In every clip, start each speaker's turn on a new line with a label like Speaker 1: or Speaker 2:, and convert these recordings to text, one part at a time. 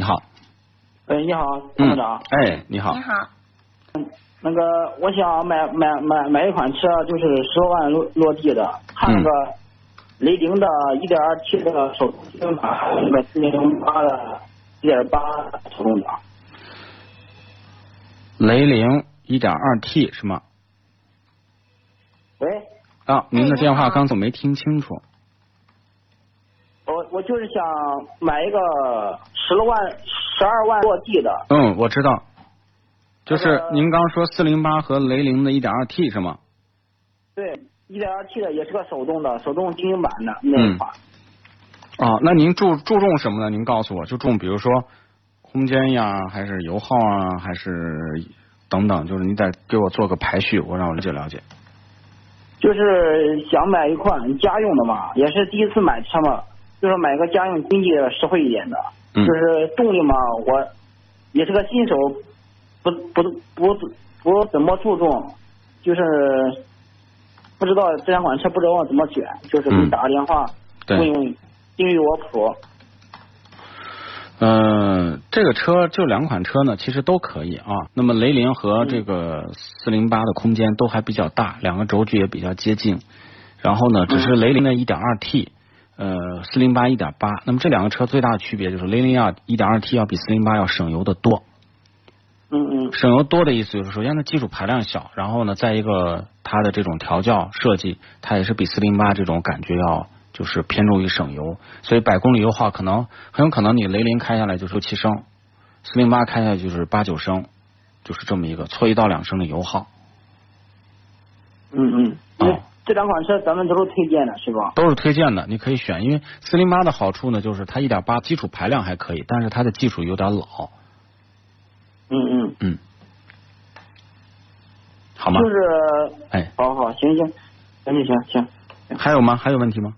Speaker 1: 好，
Speaker 2: 哎，你好，参谋
Speaker 1: 嗯
Speaker 2: 长，，
Speaker 1: 哎，你好
Speaker 3: 你，好，
Speaker 2: 那个我想买买买买一款车，就是十万落落地的，看那个雷凌的 1.2T 的手动挡，那个4008的1.8手动挡，
Speaker 1: 雷凌一点二 T 是吗？
Speaker 2: 喂，
Speaker 1: 啊，您的
Speaker 3: 哎
Speaker 1: 电
Speaker 3: 你
Speaker 1: 话
Speaker 3: 好
Speaker 1: 刚总没听清楚。
Speaker 2: 我我就是想买一个十万十二万落地的，
Speaker 1: 嗯，我知道，就是
Speaker 3: 呃
Speaker 2: 那个
Speaker 1: 您刚说四零八和雷凌的一点二 T 是吗？
Speaker 2: 对，1.2T 的也是个手动的，手动精英版的那一款。
Speaker 1: 哦，那您注注重什么呢？您告诉我，就重比如说空间呀，还是油耗啊，还是等等，就是你得给我做个排序，我让我了解了解。
Speaker 2: 就是想买一款家用的嘛，也是第一次买车嘛，就是买个家用经济的实惠一点的。
Speaker 1: 嗯
Speaker 2: 就是动力嘛，我也是个新手，不不不不怎么注重，就是不知道这两款车不知道怎么选，就是给
Speaker 1: 嗯
Speaker 2: 你打个电话
Speaker 1: 对
Speaker 2: 问一问，因为我谱。
Speaker 1: 呃，这个车就两款车呢，其实都可以啊。那么雷凌和这个四零八的空间都还比较大，两个轴距也比较接近。然后呢，只是雷凌的一点二 T，呃，四零八一点八。那么这两个车最大的区别就是雷凌要一点二 T 要比四零八要省油的多。
Speaker 2: 嗯嗯
Speaker 1: 省油多的意思就是，首先它基础排量小，然后呢，再一个它的这种调教设计，它也是比四零八这种感觉要就是偏重于省油，所以百公里油耗可能很有可能你雷凌开下来就是六七升，四零八开下来就是八九升，就是这么一个错一到两升的油耗，
Speaker 2: 嗯嗯，因为
Speaker 1: 哦
Speaker 2: 这两款车咱们都是推荐的，是吧？
Speaker 1: 都是推荐的，你可以选，因为四零八的好处呢就是它一点八基础排量还可以，但是它的技术有点老，
Speaker 2: 嗯嗯，
Speaker 1: 嗯，好吗
Speaker 2: 就？是
Speaker 1: 哎，
Speaker 2: 好好行行，行行行行。
Speaker 1: 还有吗？还有问题吗？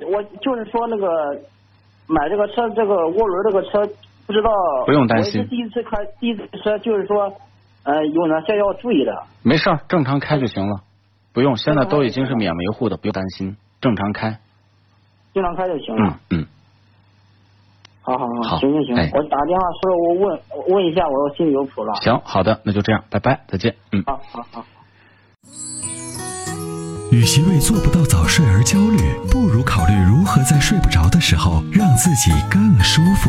Speaker 2: 我就是说那个买这个车，这个涡轮这个车，不知道
Speaker 1: 不用担心
Speaker 2: 我也是第一次开，第一次车就是说，呃，有哪些要注意的？
Speaker 1: 没事儿，正常开就行了，不用，现在都已经是免维护的，不用担心，正常开。
Speaker 2: 经常开就行了。
Speaker 1: 嗯嗯，
Speaker 2: 好好
Speaker 1: 好
Speaker 2: 好，行行行，
Speaker 1: 哎
Speaker 2: 我打电话说我问我问一下，我心里有谱了。
Speaker 1: 行，好的，那就这样，拜拜，再见。嗯。
Speaker 2: 好好好。
Speaker 4: 与其为做不到早睡而焦虑，不如考虑如何在睡不着的时候让自己更舒服。